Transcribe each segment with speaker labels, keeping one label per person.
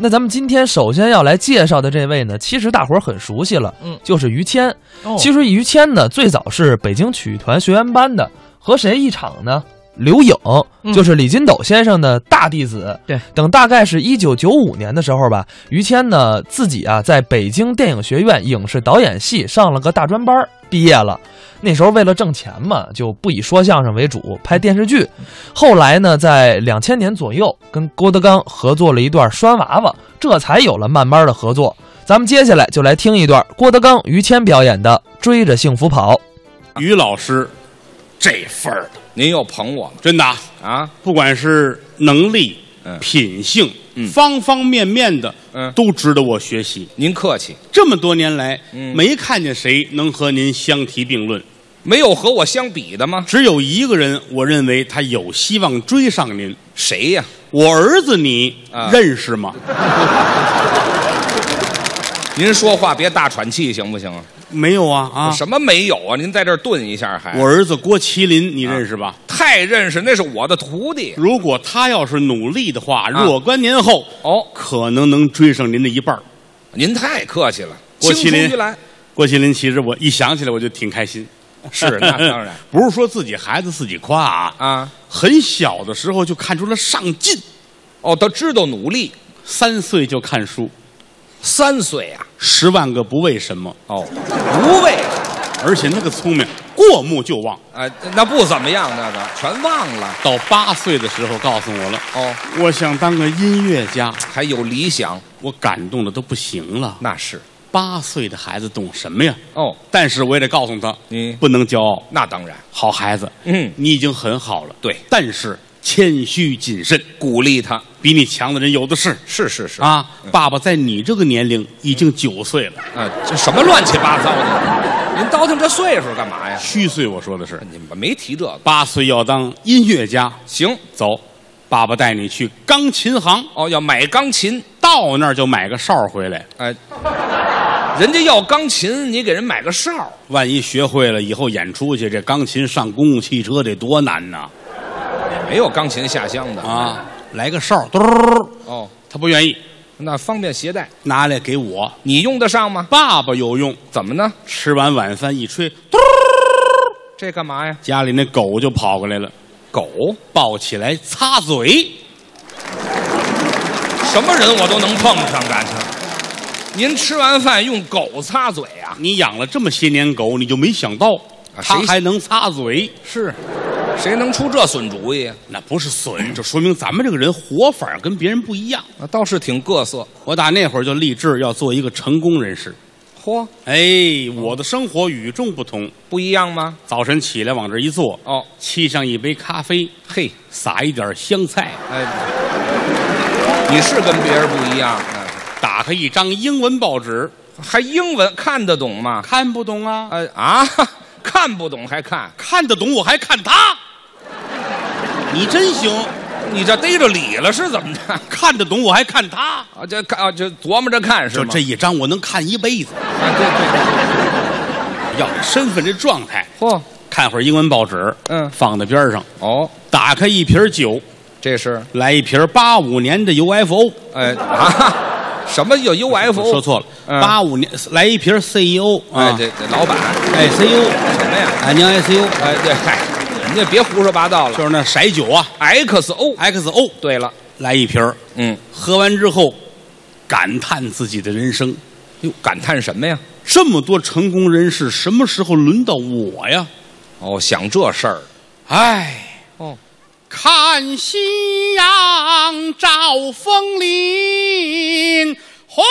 Speaker 1: 那咱们今天首先要来介绍的这位呢，其实大伙儿很熟悉了，
Speaker 2: 嗯
Speaker 1: 就是于谦。
Speaker 2: 哦
Speaker 1: 其实于谦呢，最早是北京曲艺团学员班的，和谁一场呢？刘颖，
Speaker 2: 嗯
Speaker 1: 就是李金斗先生的大弟子。
Speaker 2: 对，
Speaker 1: 等大概是一九九五年的时候吧，于谦呢自己啊在北京电影学院影视导演系上了个大专班儿，毕业了。那时候为了挣钱嘛，就不以说相声为主，拍电视剧。后来呢，在两千年左右跟郭德纲合作了一段《拴娃娃》，这才有了慢慢的合作。咱们接下来就来听一段郭德纲、于谦表演的《追着幸福跑》。
Speaker 3: 于老师，
Speaker 4: 这份儿的，您又捧我们
Speaker 3: 真的啊，
Speaker 4: 啊？
Speaker 3: 不管是能力、
Speaker 4: 嗯
Speaker 3: 品性、
Speaker 4: 嗯
Speaker 3: 方方面面的，
Speaker 4: 嗯
Speaker 3: 都值得我学习。
Speaker 4: 您客气，
Speaker 3: 这么多年来，
Speaker 4: 嗯
Speaker 3: 没看见谁能和您相提并论，
Speaker 4: 没有和我相比的吗？
Speaker 3: 只有一个人，我认为他有希望追上您。
Speaker 4: 谁呀、
Speaker 3: 我儿子你，
Speaker 4: 啊
Speaker 3: 认识吗？
Speaker 4: 您说话别大喘气，行不行啊？
Speaker 3: 没有啊啊！
Speaker 4: 什么没有啊？您在这儿顿一下还，
Speaker 3: 我儿子郭麒麟，
Speaker 4: 啊
Speaker 3: 你认识吧？
Speaker 4: 太认识，那是我的徒弟。
Speaker 3: 如果他要是努力的话，
Speaker 4: 啊
Speaker 3: 若干年后，
Speaker 4: 哦，
Speaker 3: 可能能追上您的一半儿。
Speaker 4: 您太客气了，
Speaker 3: 郭麒麟
Speaker 4: 青出于蓝
Speaker 3: 郭麒麟，其实我一想起来我就挺开心。
Speaker 4: 是 那当然
Speaker 3: 不是说自己孩子自己夸啊，
Speaker 4: 啊！
Speaker 3: 很小的时候就看出了上进，
Speaker 4: 哦，都知道努力，
Speaker 3: 三岁就看书，《
Speaker 4: 三岁啊，
Speaker 3: 十万个不为什么
Speaker 4: 哦，无畏
Speaker 3: 而且那个聪明，过目就忘。
Speaker 4: 啊，那不怎么样，那个全忘了。
Speaker 3: 到八岁的时候告诉我了，
Speaker 4: 哦，
Speaker 3: 我想当个音乐家，
Speaker 4: 还有理想，
Speaker 3: 我感动的都不行了。
Speaker 4: 那是
Speaker 3: 八岁的孩子懂什么呀？
Speaker 4: 哦，
Speaker 3: 但是我也得告诉他，
Speaker 4: 你
Speaker 3: 不能骄傲，
Speaker 4: 那当然
Speaker 3: 好孩子，
Speaker 4: 嗯
Speaker 3: 你已经很好了。
Speaker 4: 对
Speaker 3: 但是谦虚谨慎，
Speaker 4: 鼓励他，
Speaker 3: 比你强的人有的是。
Speaker 4: 是是是
Speaker 3: 啊，爸爸在你这个年龄已经九岁了，
Speaker 4: 啊，这什么乱七八糟的？您倒腾这岁数干嘛呀？
Speaker 3: 虚岁我说的是，
Speaker 4: 你们没提这个。
Speaker 3: 八岁要当音乐家，
Speaker 4: 行，
Speaker 3: 走，爸爸带你去钢琴行，
Speaker 4: 哦，要买钢琴，
Speaker 3: 到那儿就买个哨儿回来，
Speaker 4: 哎，人家要钢琴，你给人买个哨儿，
Speaker 3: 万一学会了以后演出去，这钢琴上公共汽车得多难呐！
Speaker 4: 没有钢琴下乡的。
Speaker 3: 啊，来个哨儿，嘟儿，
Speaker 4: 哦，
Speaker 3: 他不愿意，
Speaker 4: 那方便携带，
Speaker 3: 拿来给我，
Speaker 4: 你用得上吗？
Speaker 3: 爸爸有用，
Speaker 4: 怎么呢？
Speaker 3: 吃完晚饭一吹，嘟儿，
Speaker 4: 这干嘛呀？
Speaker 3: 家里那狗就跑过来了，
Speaker 4: 狗？
Speaker 3: 抱起来擦嘴，
Speaker 4: 什么人我都能碰上，感情。您吃完饭用狗擦嘴啊呀、
Speaker 3: 你养了这么些年狗，你就没想到
Speaker 4: 啊
Speaker 3: 它
Speaker 4: 谁
Speaker 3: 还能擦嘴，
Speaker 4: 是，谁能出这损主意啊？
Speaker 3: 那不是损，这说明咱们这个人活法儿跟别人不一样。
Speaker 4: 啊倒是挺各色。
Speaker 3: 我打那会儿就立志要做一个成功人士。
Speaker 4: 嚯，
Speaker 3: 哎，我的生活与众不同。
Speaker 4: 不一样吗？
Speaker 3: 早晨起来往这一坐，
Speaker 4: 哦，
Speaker 3: 沏上一杯咖啡，
Speaker 4: 嘿。
Speaker 3: 撒一点香菜，
Speaker 4: 哎，你是跟别人不一样，哎
Speaker 3: 打开一张英文报纸，
Speaker 4: 还英文看得懂吗？
Speaker 3: 看不懂啊，
Speaker 4: 呃啊， 看不懂还看，
Speaker 3: 看得懂我还看他，你真行，
Speaker 4: 你这逮着理了是怎么着？
Speaker 3: 看得懂我还看他，
Speaker 4: 啊，这看啊，这琢磨着看是
Speaker 3: 就
Speaker 4: 吗？
Speaker 3: 这一张我能看一辈子，
Speaker 4: 啊，对
Speaker 3: 要这身份这状态。
Speaker 4: 对，嚯，
Speaker 3: 看会儿英文报纸，
Speaker 4: 嗯
Speaker 3: 放在边上，
Speaker 4: 哦，
Speaker 3: 打开一瓶酒，
Speaker 4: 这是
Speaker 3: 来一瓶八五年的 UFO，
Speaker 4: 哎啊， 什么叫 UFO？
Speaker 3: 说错了，
Speaker 4: 嗯
Speaker 3: 八五年来一瓶 CEO
Speaker 4: 哎
Speaker 3: 啊，，
Speaker 4: 这这老板
Speaker 3: 哎 CEO，
Speaker 4: 什么呀？
Speaker 3: 俺娘 ICU
Speaker 4: 哎，对，嗨，人家别胡说八道了
Speaker 3: 就是那色酒啊
Speaker 4: ，XO。
Speaker 3: ，XO
Speaker 4: 对了，
Speaker 3: 哦来一瓶儿
Speaker 4: 嗯，
Speaker 3: 喝完之后，感叹自己的人生，
Speaker 4: 哟，感叹什么呀？
Speaker 3: 这么多成功人士，什么时候轮到我呀？
Speaker 4: 哦，想这事儿，
Speaker 3: 哎，
Speaker 4: 哦，
Speaker 3: 看夕阳照枫林，红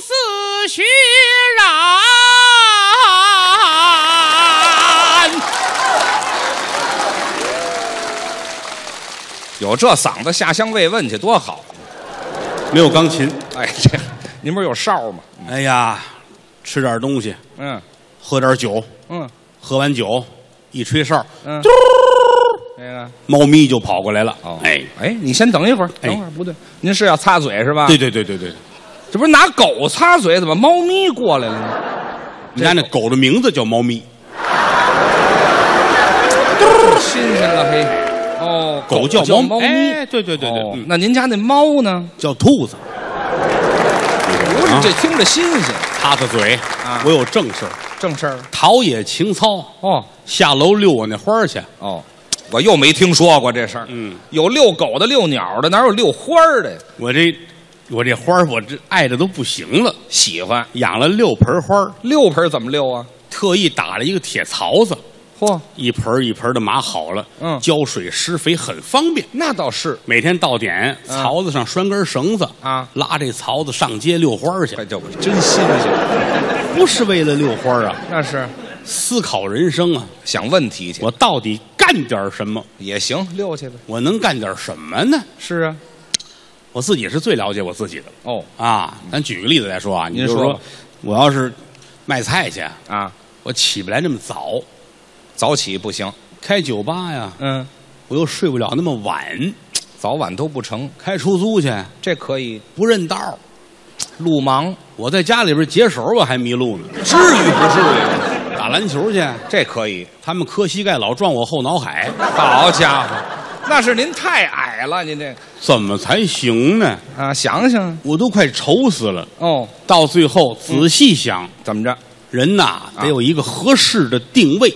Speaker 3: 似血染。
Speaker 4: 有这嗓子下乡慰问去多好。啊
Speaker 3: 没有钢琴，
Speaker 4: 哎，这您不是有哨吗？
Speaker 3: 哎呀，吃点东西，
Speaker 4: 嗯
Speaker 3: 喝点酒，
Speaker 4: 嗯
Speaker 3: 喝完酒一吹哨，
Speaker 4: 嗯，那个
Speaker 3: 猫咪就跑过来了。
Speaker 4: 哦，
Speaker 3: 哎，
Speaker 4: 哎，你先等一会儿，等会儿不对，您是要擦嘴是吧？
Speaker 3: 对，对对对对，
Speaker 4: 这不是拿狗擦嘴，怎么猫咪过来了呢？
Speaker 3: 人家那狗的名字叫猫咪，
Speaker 4: 新鲜了嘿，哦，
Speaker 3: 狗
Speaker 4: 叫
Speaker 3: 叫猫
Speaker 4: 猫咪，
Speaker 3: 哎对对对对
Speaker 4: 哦
Speaker 3: 嗯
Speaker 4: 那您家那猫呢？
Speaker 3: 叫兔子。
Speaker 4: 不
Speaker 3: 啊
Speaker 4: 是哎这听着新鲜，
Speaker 3: 擦擦嘴
Speaker 4: 啊，
Speaker 3: 我有正事儿。
Speaker 4: 正事儿。
Speaker 3: 陶冶情操，
Speaker 4: 哦
Speaker 3: 下楼遛我那花儿去。
Speaker 4: 哦，我又没听说过这事儿。
Speaker 3: 嗯，
Speaker 4: 有遛狗的，遛鸟的，哪有遛花儿的呀？
Speaker 3: 我这我这花儿，我这爱的都不行了，
Speaker 4: 喜欢
Speaker 3: 养了六盆花儿，
Speaker 4: 遛盆儿怎么遛啊？
Speaker 3: 特意打了一个铁槽子，
Speaker 4: 嚯，
Speaker 3: 一盆儿一盆的码好了，
Speaker 4: 嗯
Speaker 3: 浇水施肥很方便。
Speaker 4: 那倒是，
Speaker 3: 每天到点，
Speaker 4: 嗯
Speaker 3: 槽子上拴根绳子
Speaker 4: 啊
Speaker 3: 拉这槽子上街遛花儿去
Speaker 4: 哎，，这我真新鲜。
Speaker 3: 不是为了遛花儿啊，
Speaker 4: 那是
Speaker 3: 思考人生啊，
Speaker 4: 想问题去，
Speaker 3: 我到底干点儿什么？
Speaker 4: 也
Speaker 2: 嗯
Speaker 4: 行，遛去呗。
Speaker 3: 我能干点儿什么呢？
Speaker 4: 是啊，
Speaker 3: 我自己是最了解我自己的
Speaker 4: 哦
Speaker 3: 啊。咱举个例子来说啊，你
Speaker 4: 您
Speaker 3: 就
Speaker 4: 说
Speaker 3: 说
Speaker 4: 吧，
Speaker 3: 我要是卖菜去，
Speaker 4: 啊，
Speaker 3: 我起不来那么早，
Speaker 4: 早起不行，
Speaker 3: 开酒吧呀，
Speaker 4: 嗯，
Speaker 3: 我又睡不了那么晚，
Speaker 4: 早晚都不成，
Speaker 3: 开出租去
Speaker 4: 这可以。
Speaker 3: 不认道，
Speaker 4: 路盲，
Speaker 3: 我在家里边解手我还迷路呢，
Speaker 4: 至于不至于？
Speaker 3: 打篮球去，
Speaker 4: 这可以。
Speaker 3: 他们磕膝盖老撞我后脑海，
Speaker 4: 好家伙，那是您太矮了，您这
Speaker 3: 怎么才行呢？
Speaker 4: 啊，想想
Speaker 3: 我都快愁死了。
Speaker 4: 哦，
Speaker 3: 到最后仔细想，
Speaker 4: 怎么着？
Speaker 3: 人
Speaker 4: 啊
Speaker 3: 呐得有一个合适的定位，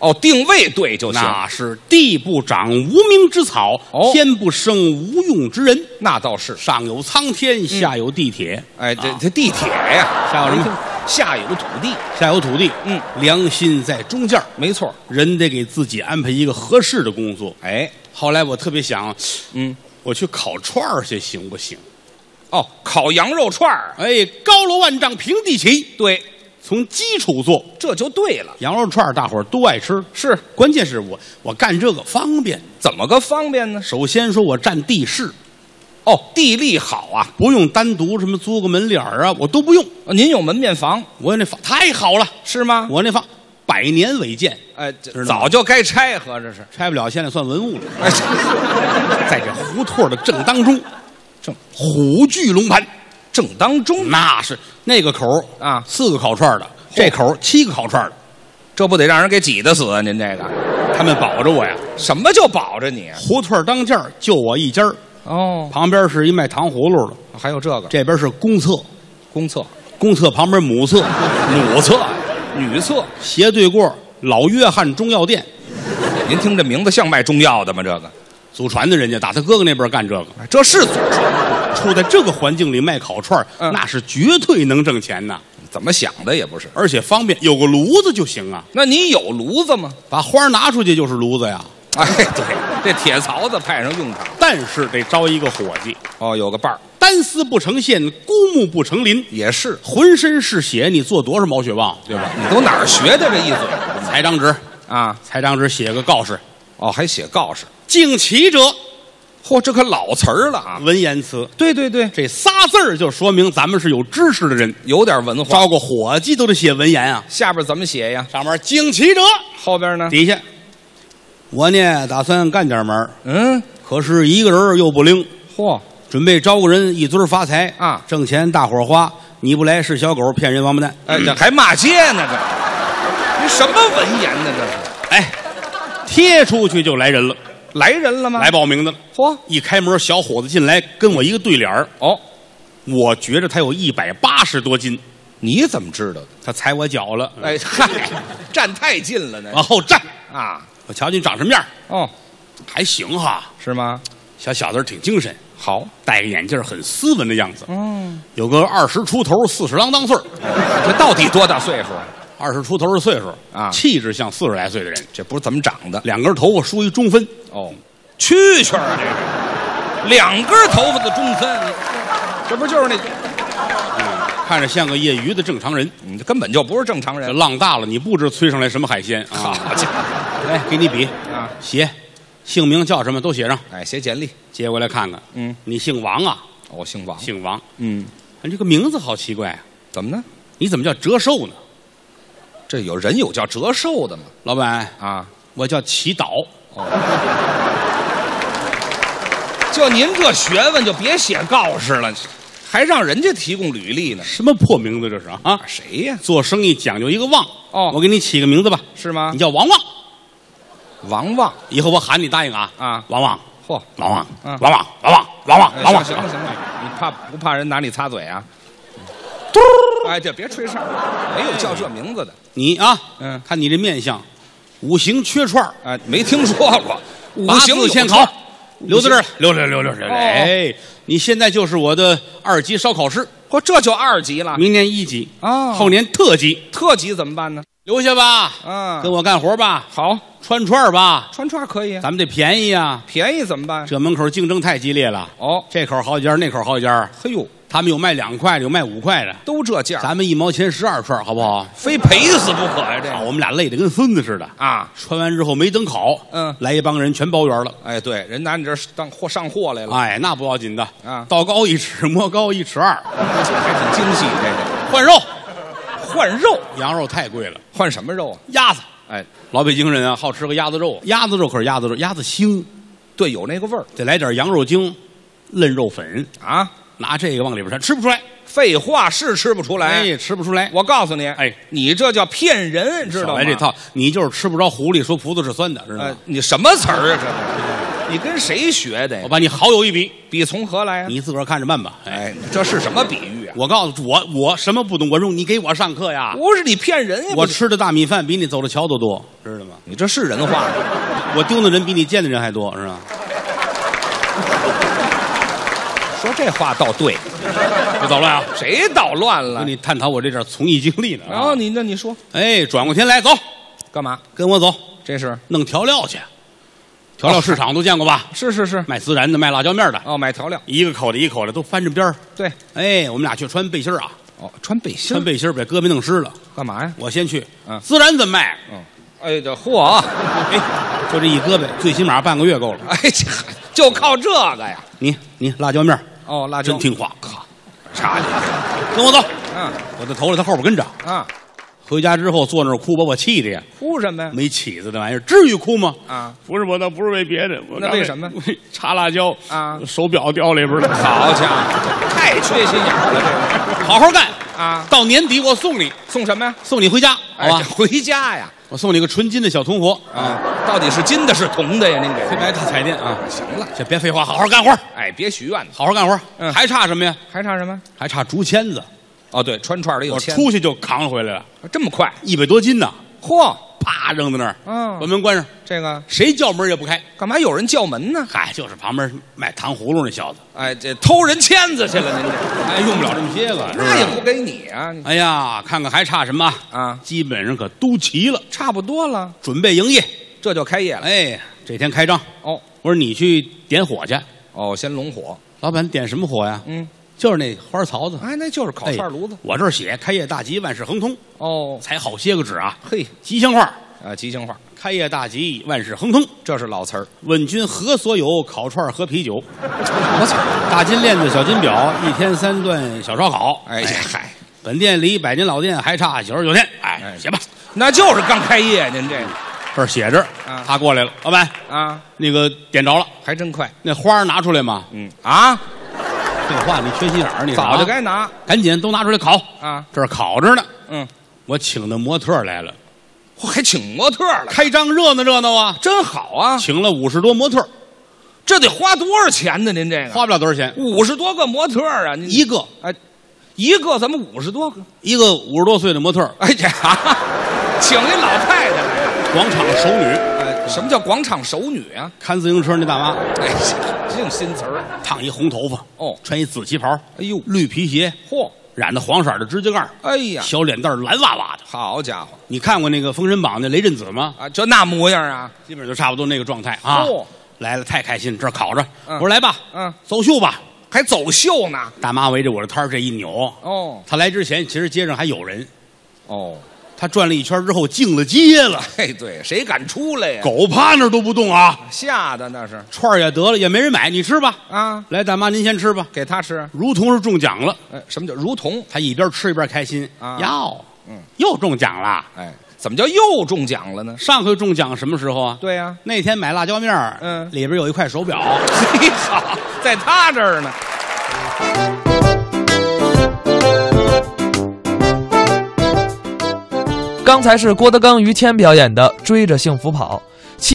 Speaker 4: 哦，定位对就行。
Speaker 3: 那是地不长无名之草，
Speaker 4: 哦
Speaker 3: 天不生无用之人。
Speaker 4: 那倒是，嗯
Speaker 3: 上有苍天，下有地铁，
Speaker 4: 哎，这
Speaker 3: 啊
Speaker 4: 这地铁呀，
Speaker 3: 下有什么？
Speaker 4: 下有土地，
Speaker 3: 下有土地。
Speaker 4: 嗯，
Speaker 3: 良心在中间儿，
Speaker 4: 没错。
Speaker 3: 人得给自己安排一个合适的工作。
Speaker 4: 哎，
Speaker 3: 后来我特别想，
Speaker 4: 嗯，
Speaker 3: 我去烤串儿去行不行？
Speaker 4: 哦，烤羊肉串儿，
Speaker 3: 哎，高楼万丈平地起，
Speaker 4: 对，
Speaker 3: 从基础做。
Speaker 4: 这就对了。
Speaker 3: 羊肉串儿大伙儿都爱吃，
Speaker 4: 是
Speaker 3: 关键是我我干这个方便。
Speaker 4: 怎么个方便呢？
Speaker 3: 首先说我占地势，
Speaker 4: 哦，地利好啊，
Speaker 3: 不用单独什么租个门脸儿啊，我都不用。
Speaker 4: 哦您有门面房
Speaker 3: 我那房太好了，
Speaker 4: 是吗？
Speaker 3: 我那房百年违建，
Speaker 4: 哎，
Speaker 3: 知
Speaker 4: 这
Speaker 3: 道吗
Speaker 4: 早就该拆，合着是。
Speaker 3: 拆不了，现在算文物了。
Speaker 4: 哎，这
Speaker 3: 在这胡同的正当中，
Speaker 4: 正
Speaker 3: 虎踞龙盘，
Speaker 4: 正当中，
Speaker 3: 那是那个口儿
Speaker 4: 啊
Speaker 3: 四个烤串儿的，这口儿七个烤串儿的，
Speaker 4: 这不得让人给挤得死啊！您这个
Speaker 3: 他们保着我呀。
Speaker 4: 什么就保着你？啊
Speaker 3: 胡同当间儿就我一家儿
Speaker 4: 哦，
Speaker 3: 旁边是一卖糖葫芦的，
Speaker 4: 还有这个
Speaker 3: 这边是公厕，
Speaker 4: 公厕、
Speaker 3: 公厕旁边母厕，母厕
Speaker 4: 女厕，
Speaker 3: 斜对过老约翰中药店，
Speaker 4: 您听这名字像卖中药的吗？这个，
Speaker 3: 祖传的人家打他哥哥那边干这个，
Speaker 4: 哎这是祖传
Speaker 3: 处在这个环境里卖烤串儿、
Speaker 4: 嗯
Speaker 3: 那是绝对能挣钱呐，
Speaker 4: 怎么想的也不是。
Speaker 3: 而且方便，有个炉子就行啊，
Speaker 4: 那你有炉子吗？
Speaker 3: 把花儿拿出去就是炉子呀。
Speaker 4: 哎，对，这铁槽子派上用场。
Speaker 3: 但是得招一个伙计，
Speaker 4: 哦，有个伴儿
Speaker 3: 单丝不成线，孤木不成林，
Speaker 4: 也是，
Speaker 3: 浑身是血，你做多少毛血旺，对吧？
Speaker 4: 你都哪儿学的这一嘴
Speaker 3: 裁张纸，
Speaker 4: 啊？
Speaker 3: 裁张纸写个告示，
Speaker 4: 哦，还写告示，
Speaker 3: 敬其者，
Speaker 4: 嚯，这可老词儿了啊！
Speaker 3: 文言词。
Speaker 4: 对对对，
Speaker 3: 这仨字儿就说明咱们是有知识的人，
Speaker 4: 有点文化。
Speaker 3: 招个伙计都得写文言啊。
Speaker 4: 下边怎么写呀？
Speaker 3: 上面惊奇者
Speaker 4: 后边呢？
Speaker 3: 底下，啊我呢打算干点门儿，
Speaker 4: 嗯，
Speaker 3: 可是一个人儿又不灵，
Speaker 4: 嚯，
Speaker 3: 准备招个人一尊儿发财
Speaker 4: 啊
Speaker 3: 挣钱大伙儿花，你不来是小狗，骗人王八蛋。
Speaker 4: 哎，这还骂街呢，这你什么文言呢？这是
Speaker 3: 哎，贴出去就来人了，
Speaker 4: 来人了吗？
Speaker 3: 来，报名的了。
Speaker 4: 嚯，
Speaker 3: 一开门，小伙子进来跟我一个对脸儿，
Speaker 4: 哦，
Speaker 3: 我觉着他有一百八十多斤，
Speaker 4: 你怎么知道的？
Speaker 3: 他踩我脚了。
Speaker 4: 哎嗨，站太近了呢
Speaker 3: 往后站，
Speaker 4: 啊！
Speaker 3: 我瞧你长什么样，
Speaker 4: 哦，
Speaker 3: 还行哈。
Speaker 4: 是吗？
Speaker 3: 小小子儿挺精神，
Speaker 4: 好，
Speaker 3: 戴个眼镜儿很斯文的样子，
Speaker 4: 嗯，
Speaker 3: 有个二十出头、四十郎当岁儿，
Speaker 4: 这到底多大岁数啊？
Speaker 3: 二十出头的岁数
Speaker 4: 啊
Speaker 3: 气质像四十来岁的人，
Speaker 4: 这不是怎么长的
Speaker 3: 两根头发梳一中分，
Speaker 4: 哦，蛐蛐儿啊，这是两根头发的中分，这不就是那？
Speaker 3: 看着像个业余的正常人。
Speaker 4: 你嗯这根本就不是正常
Speaker 3: 这
Speaker 4: 人。
Speaker 3: 浪大了，你不知催上来什么海鲜
Speaker 4: 好
Speaker 3: 啊！
Speaker 4: 家伙！
Speaker 3: 来，给你笔
Speaker 4: 啊，
Speaker 3: 写姓名叫什么都写上，
Speaker 4: 哎，写简历，
Speaker 3: 接过来看看。
Speaker 4: 嗯，
Speaker 3: 你姓王啊？
Speaker 4: 哦我姓王。
Speaker 3: 姓王，
Speaker 4: 嗯，
Speaker 3: 你这个名字好奇怪啊！
Speaker 4: 怎么呢？
Speaker 3: 你怎么叫折寿呢？
Speaker 4: 这有人有叫折寿的吗？
Speaker 3: 老板，
Speaker 4: 啊，
Speaker 3: 我叫祈祷。
Speaker 4: 就您这学问，就别写告示了，还让人家提供履历呢？
Speaker 3: 什么破名字这是啊？
Speaker 4: 谁呀？
Speaker 3: 做生意讲究一个旺
Speaker 4: 哦啊
Speaker 3: 我给你起个名字吧，
Speaker 4: 是吗
Speaker 3: 你？叫王旺。
Speaker 4: 王旺。
Speaker 3: 以后我喊你答应啊
Speaker 4: 啊
Speaker 3: 王旺，
Speaker 4: 嚯，
Speaker 3: 王旺，
Speaker 4: 嗯哎
Speaker 3: 王旺，王旺，王旺，王旺。
Speaker 4: 行了行了，你怕不怕人拿你擦嘴啊？
Speaker 2: 哎，这别吹哨，没有叫这名字的，
Speaker 3: 你啊，
Speaker 4: 哎
Speaker 2: 嗯
Speaker 3: 看你这面相，五行缺串儿
Speaker 2: 哎，没听说过。
Speaker 3: 八
Speaker 2: 五行
Speaker 3: 字
Speaker 2: 有
Speaker 3: 先
Speaker 2: 串
Speaker 3: 考，留在这儿了，留着留着留着。
Speaker 2: 哦
Speaker 3: 哎，你现在就是我的二级烧烤师，
Speaker 2: 嚯，这就二级了。
Speaker 3: 明年一级
Speaker 2: 啊哦
Speaker 3: 后年特级，
Speaker 2: 特级怎么办呢？
Speaker 3: 留下吧，
Speaker 2: 嗯
Speaker 3: 跟我干活吧，
Speaker 2: 好，
Speaker 3: 穿串儿吧，
Speaker 2: 穿串可以啊，
Speaker 3: 咱们得便宜啊。
Speaker 2: 便宜怎么办？
Speaker 3: 这门口竞争太激烈了，
Speaker 2: 哦，
Speaker 3: 这口好几家，那口好几家，
Speaker 2: 嘿呦，
Speaker 3: 他们有卖两块的，有卖五块的，
Speaker 2: 都这价儿，
Speaker 3: 咱们一毛钱十二串儿，好不好？
Speaker 2: 非赔死不可呀！这
Speaker 3: 啊，
Speaker 2: 个
Speaker 3: 我们俩累得跟孙子似的。
Speaker 2: 啊，
Speaker 3: 穿完之后没等烤，
Speaker 2: 嗯
Speaker 3: 来一帮人全包圆了。
Speaker 2: 哎，对，人拿你这儿当货上货来了，
Speaker 3: 哎，那不要紧的，
Speaker 2: 啊
Speaker 3: 道高一尺，魔高一尺二，
Speaker 2: 这还挺精细。这个
Speaker 3: 换肉，
Speaker 2: 换肉，
Speaker 3: 羊肉太贵了，
Speaker 2: 换什么肉啊？
Speaker 3: 鸭子。
Speaker 2: 哎，
Speaker 3: 老北京人啊，好吃个鸭子肉，鸭子肉可是鸭子肉，鸭子腥，
Speaker 2: 对，有那个味儿
Speaker 3: 得来点羊肉精、嫩肉粉，
Speaker 2: 啊。
Speaker 3: 拿这个往里边掺，吃不出来，
Speaker 2: 废话是吃不出来，
Speaker 3: 哎，吃不出来，
Speaker 2: 我告诉你，
Speaker 3: 哎，
Speaker 2: 你这叫骗人，知道
Speaker 3: 少
Speaker 2: 吗？
Speaker 3: 来这，套，你就是吃不着狐狸，说葡萄是酸的，知道
Speaker 2: 呃
Speaker 3: 吗？，
Speaker 2: 你什么词儿啊？这是，你跟谁学的
Speaker 3: 我
Speaker 2: 呀？
Speaker 3: 把你好友一比，
Speaker 2: 比从何来呀？啊
Speaker 3: 你自个儿看着办吧。哎，
Speaker 2: 哎，这是什么比喻啊？
Speaker 3: 我告诉我，我什么不懂，我用你给我上课呀。
Speaker 2: 不是你骗人呀！
Speaker 3: 我
Speaker 2: 不是
Speaker 3: 吃的大米饭比你走的桥都多，知道吗？
Speaker 2: 你这是人话吗？
Speaker 3: 我丢的人比你见的人还多，是吧？
Speaker 2: 说这话倒对，
Speaker 3: 别捣乱啊！
Speaker 2: 谁捣乱了
Speaker 3: 跟？你探讨我这啊点从艺经历呢。
Speaker 2: 然后，你那你说
Speaker 3: 哎，转过天来，走，
Speaker 2: 干嘛？
Speaker 3: 跟我走，
Speaker 2: 这是
Speaker 3: 弄调料去。调料市场都见过吧？
Speaker 2: 是是是
Speaker 3: 卖孜然的，卖辣椒面的，
Speaker 2: 哦，买调料
Speaker 3: 一个口的，一口的都翻着边儿。
Speaker 2: 对
Speaker 3: 哎，我们俩去穿背心儿啊，
Speaker 2: 哦，穿背心
Speaker 3: 穿背心儿把胳膊弄湿了。
Speaker 2: 干嘛呀？
Speaker 3: 我先去，
Speaker 2: 嗯
Speaker 3: 孜然怎么卖？
Speaker 2: 嗯，哎这嚯，
Speaker 3: 哎，就这一胳膊，最起码半个月够了。
Speaker 2: 哎这就靠这个呀？
Speaker 3: 你你辣椒面儿
Speaker 2: 哦，辣椒
Speaker 3: 真听话，咔，插进去，跟我走，
Speaker 2: 嗯
Speaker 3: 我的头里，他后边跟着。
Speaker 2: 啊，
Speaker 3: 回家之后坐那儿哭，把我气的呀，
Speaker 2: 哭什么呀？
Speaker 3: 没起子的玩意儿，至于哭吗？
Speaker 2: 啊，
Speaker 3: 不是我倒不是为别的，我
Speaker 2: 那为什 么？
Speaker 3: 插辣椒
Speaker 2: 啊
Speaker 3: 手表掉里边了。
Speaker 2: 好家伙，啊太缺心眼儿了
Speaker 3: 好好干
Speaker 2: 这个啊！
Speaker 3: 到年底我送你，
Speaker 2: 送什么呀？
Speaker 3: 送你回家，好
Speaker 2: 哎，
Speaker 3: 吧
Speaker 2: 这？回家呀
Speaker 3: 我送你个纯金的小铜佛，
Speaker 2: 啊！到底是金的，是铜的呀？您给
Speaker 3: 黑白大彩电啊！
Speaker 2: 行了，
Speaker 3: 这别废话，好好干活，
Speaker 2: 哎，别许愿了，
Speaker 3: 好好干活，
Speaker 2: 嗯
Speaker 3: 还差什么呀？
Speaker 2: 还差什么？
Speaker 3: 还差竹签子，
Speaker 2: 哦，对，穿串儿的有
Speaker 3: 我
Speaker 2: 签，
Speaker 3: 出去就扛回来了，
Speaker 2: 啊这么快？
Speaker 3: 一百多斤呢，
Speaker 2: 嚯，
Speaker 3: 啪扔在那儿，
Speaker 2: 嗯
Speaker 3: 把门关上，
Speaker 2: 这个
Speaker 3: 谁叫门也不开。
Speaker 2: 干嘛有人叫门呢？
Speaker 3: 嗨，就是旁边卖糖葫芦那小子，
Speaker 2: 哎，这偷人签子去了，您这
Speaker 3: 哎，用不了这么些个，是不
Speaker 2: 那也
Speaker 3: 是？
Speaker 2: 不给你啊，你
Speaker 3: 哎呀，看看还差什么
Speaker 2: 啊
Speaker 3: 基本上可都齐了，
Speaker 2: 差不多了，
Speaker 3: 准备营业。
Speaker 2: 这就开业了。
Speaker 3: 哎，这天开张，
Speaker 2: 哦
Speaker 3: 我说你去点火去。
Speaker 2: 哦，先拢火，
Speaker 3: 老板点什么火呀？
Speaker 2: 嗯，
Speaker 3: 就是那花槽子，
Speaker 2: 哎，那就是烤串炉子
Speaker 3: 哎。我这儿写开业大吉，万事亨通，
Speaker 2: 哦，
Speaker 3: 才好些个纸啊。
Speaker 2: 嘿，
Speaker 3: 吉祥话，
Speaker 2: 啊，吉祥话，
Speaker 3: 开业大吉，万事亨通。
Speaker 2: 这是老词儿，
Speaker 3: 问君何所有？烤串儿喝啤酒，
Speaker 2: 老词儿。
Speaker 3: 大金链子，小金表，一天三顿小烧烤。
Speaker 2: 哎呀，嗨，
Speaker 3: 本店离百年老店还差九十九天。哎，
Speaker 2: 哎
Speaker 3: 写吧，
Speaker 2: 那就是刚开业，您这个
Speaker 3: 这儿写着。
Speaker 2: 啊
Speaker 3: 他过来了，老板，
Speaker 2: 啊，
Speaker 3: 那个点着了，
Speaker 2: 还真快。
Speaker 3: 那花儿拿出来嘛。
Speaker 2: 嗯啊，
Speaker 3: 废话，你缺心眼儿，你
Speaker 2: 早就
Speaker 3: 啊
Speaker 2: 该拿
Speaker 3: 赶紧都拿出来烤。
Speaker 2: 啊。
Speaker 3: 这儿烤着呢，
Speaker 2: 嗯，
Speaker 3: 我请的模特儿来了，
Speaker 2: 嚯还请模特儿了，
Speaker 3: 开张热闹热闹啊！
Speaker 2: 真好啊！
Speaker 3: 请了五十多模特儿，
Speaker 2: 这得花多少钱呢？您这个
Speaker 3: 花不了多少钱，
Speaker 2: 五十多个模特儿啊，您
Speaker 3: 一个
Speaker 2: 哎，一个咱们五十多个，
Speaker 3: 一个五十多岁的模特儿，
Speaker 2: 哎呀， 请一老太太来啊，
Speaker 3: 广场熟女，
Speaker 2: 哎，什么叫广场熟女啊？
Speaker 3: 看自行车那大妈，
Speaker 2: 哎呀， 净新词儿，
Speaker 3: 烫一红头发，
Speaker 2: 哦
Speaker 3: 穿一紫旗袍，
Speaker 2: 哎呦，
Speaker 3: 绿皮鞋，
Speaker 2: 嚯，
Speaker 3: 染的黄色儿的指甲盖儿，
Speaker 2: 哎呀，
Speaker 3: 小脸蛋儿蓝哇哇的。
Speaker 2: 好家伙
Speaker 3: 你看过那个《封神榜》那雷震子吗？
Speaker 2: 啊，就那模样啊，
Speaker 3: 基本上就差不多那个状态啊
Speaker 2: 哦。
Speaker 3: 来了，太开心，这儿烤着，
Speaker 2: 嗯
Speaker 3: 我说来吧，
Speaker 2: 嗯，
Speaker 3: 走秀吧。
Speaker 2: 还走秀呢，
Speaker 3: 大妈围着我的摊儿这一扭，
Speaker 2: 哦
Speaker 3: 她来之前其实街上还有人，
Speaker 2: 哦，
Speaker 3: 她转了一圈之后净了街了。
Speaker 2: 嘿，对，谁敢出来呀？
Speaker 3: 狗趴那儿都不动啊，
Speaker 2: 吓的那是
Speaker 3: 串儿也得了，也没人买，你吃吧。
Speaker 2: 啊，
Speaker 3: 来，大妈您先吃吧，
Speaker 2: 给他吃，
Speaker 3: 如同是中奖了。
Speaker 2: 哎，什么叫如同？
Speaker 3: 他一边吃一边开心，
Speaker 2: 啊
Speaker 3: 哟，
Speaker 2: 嗯
Speaker 3: 又中奖了。
Speaker 2: 哎，怎么叫又中奖了呢？
Speaker 3: 上回中奖什么时候啊？
Speaker 2: 对呀、
Speaker 3: 那天买辣椒面儿，
Speaker 2: 嗯
Speaker 3: 里边有一块手表。
Speaker 2: 嘿好，在他这儿呢。
Speaker 1: 刚才是郭德纲、于谦表演的《追着幸福跑》，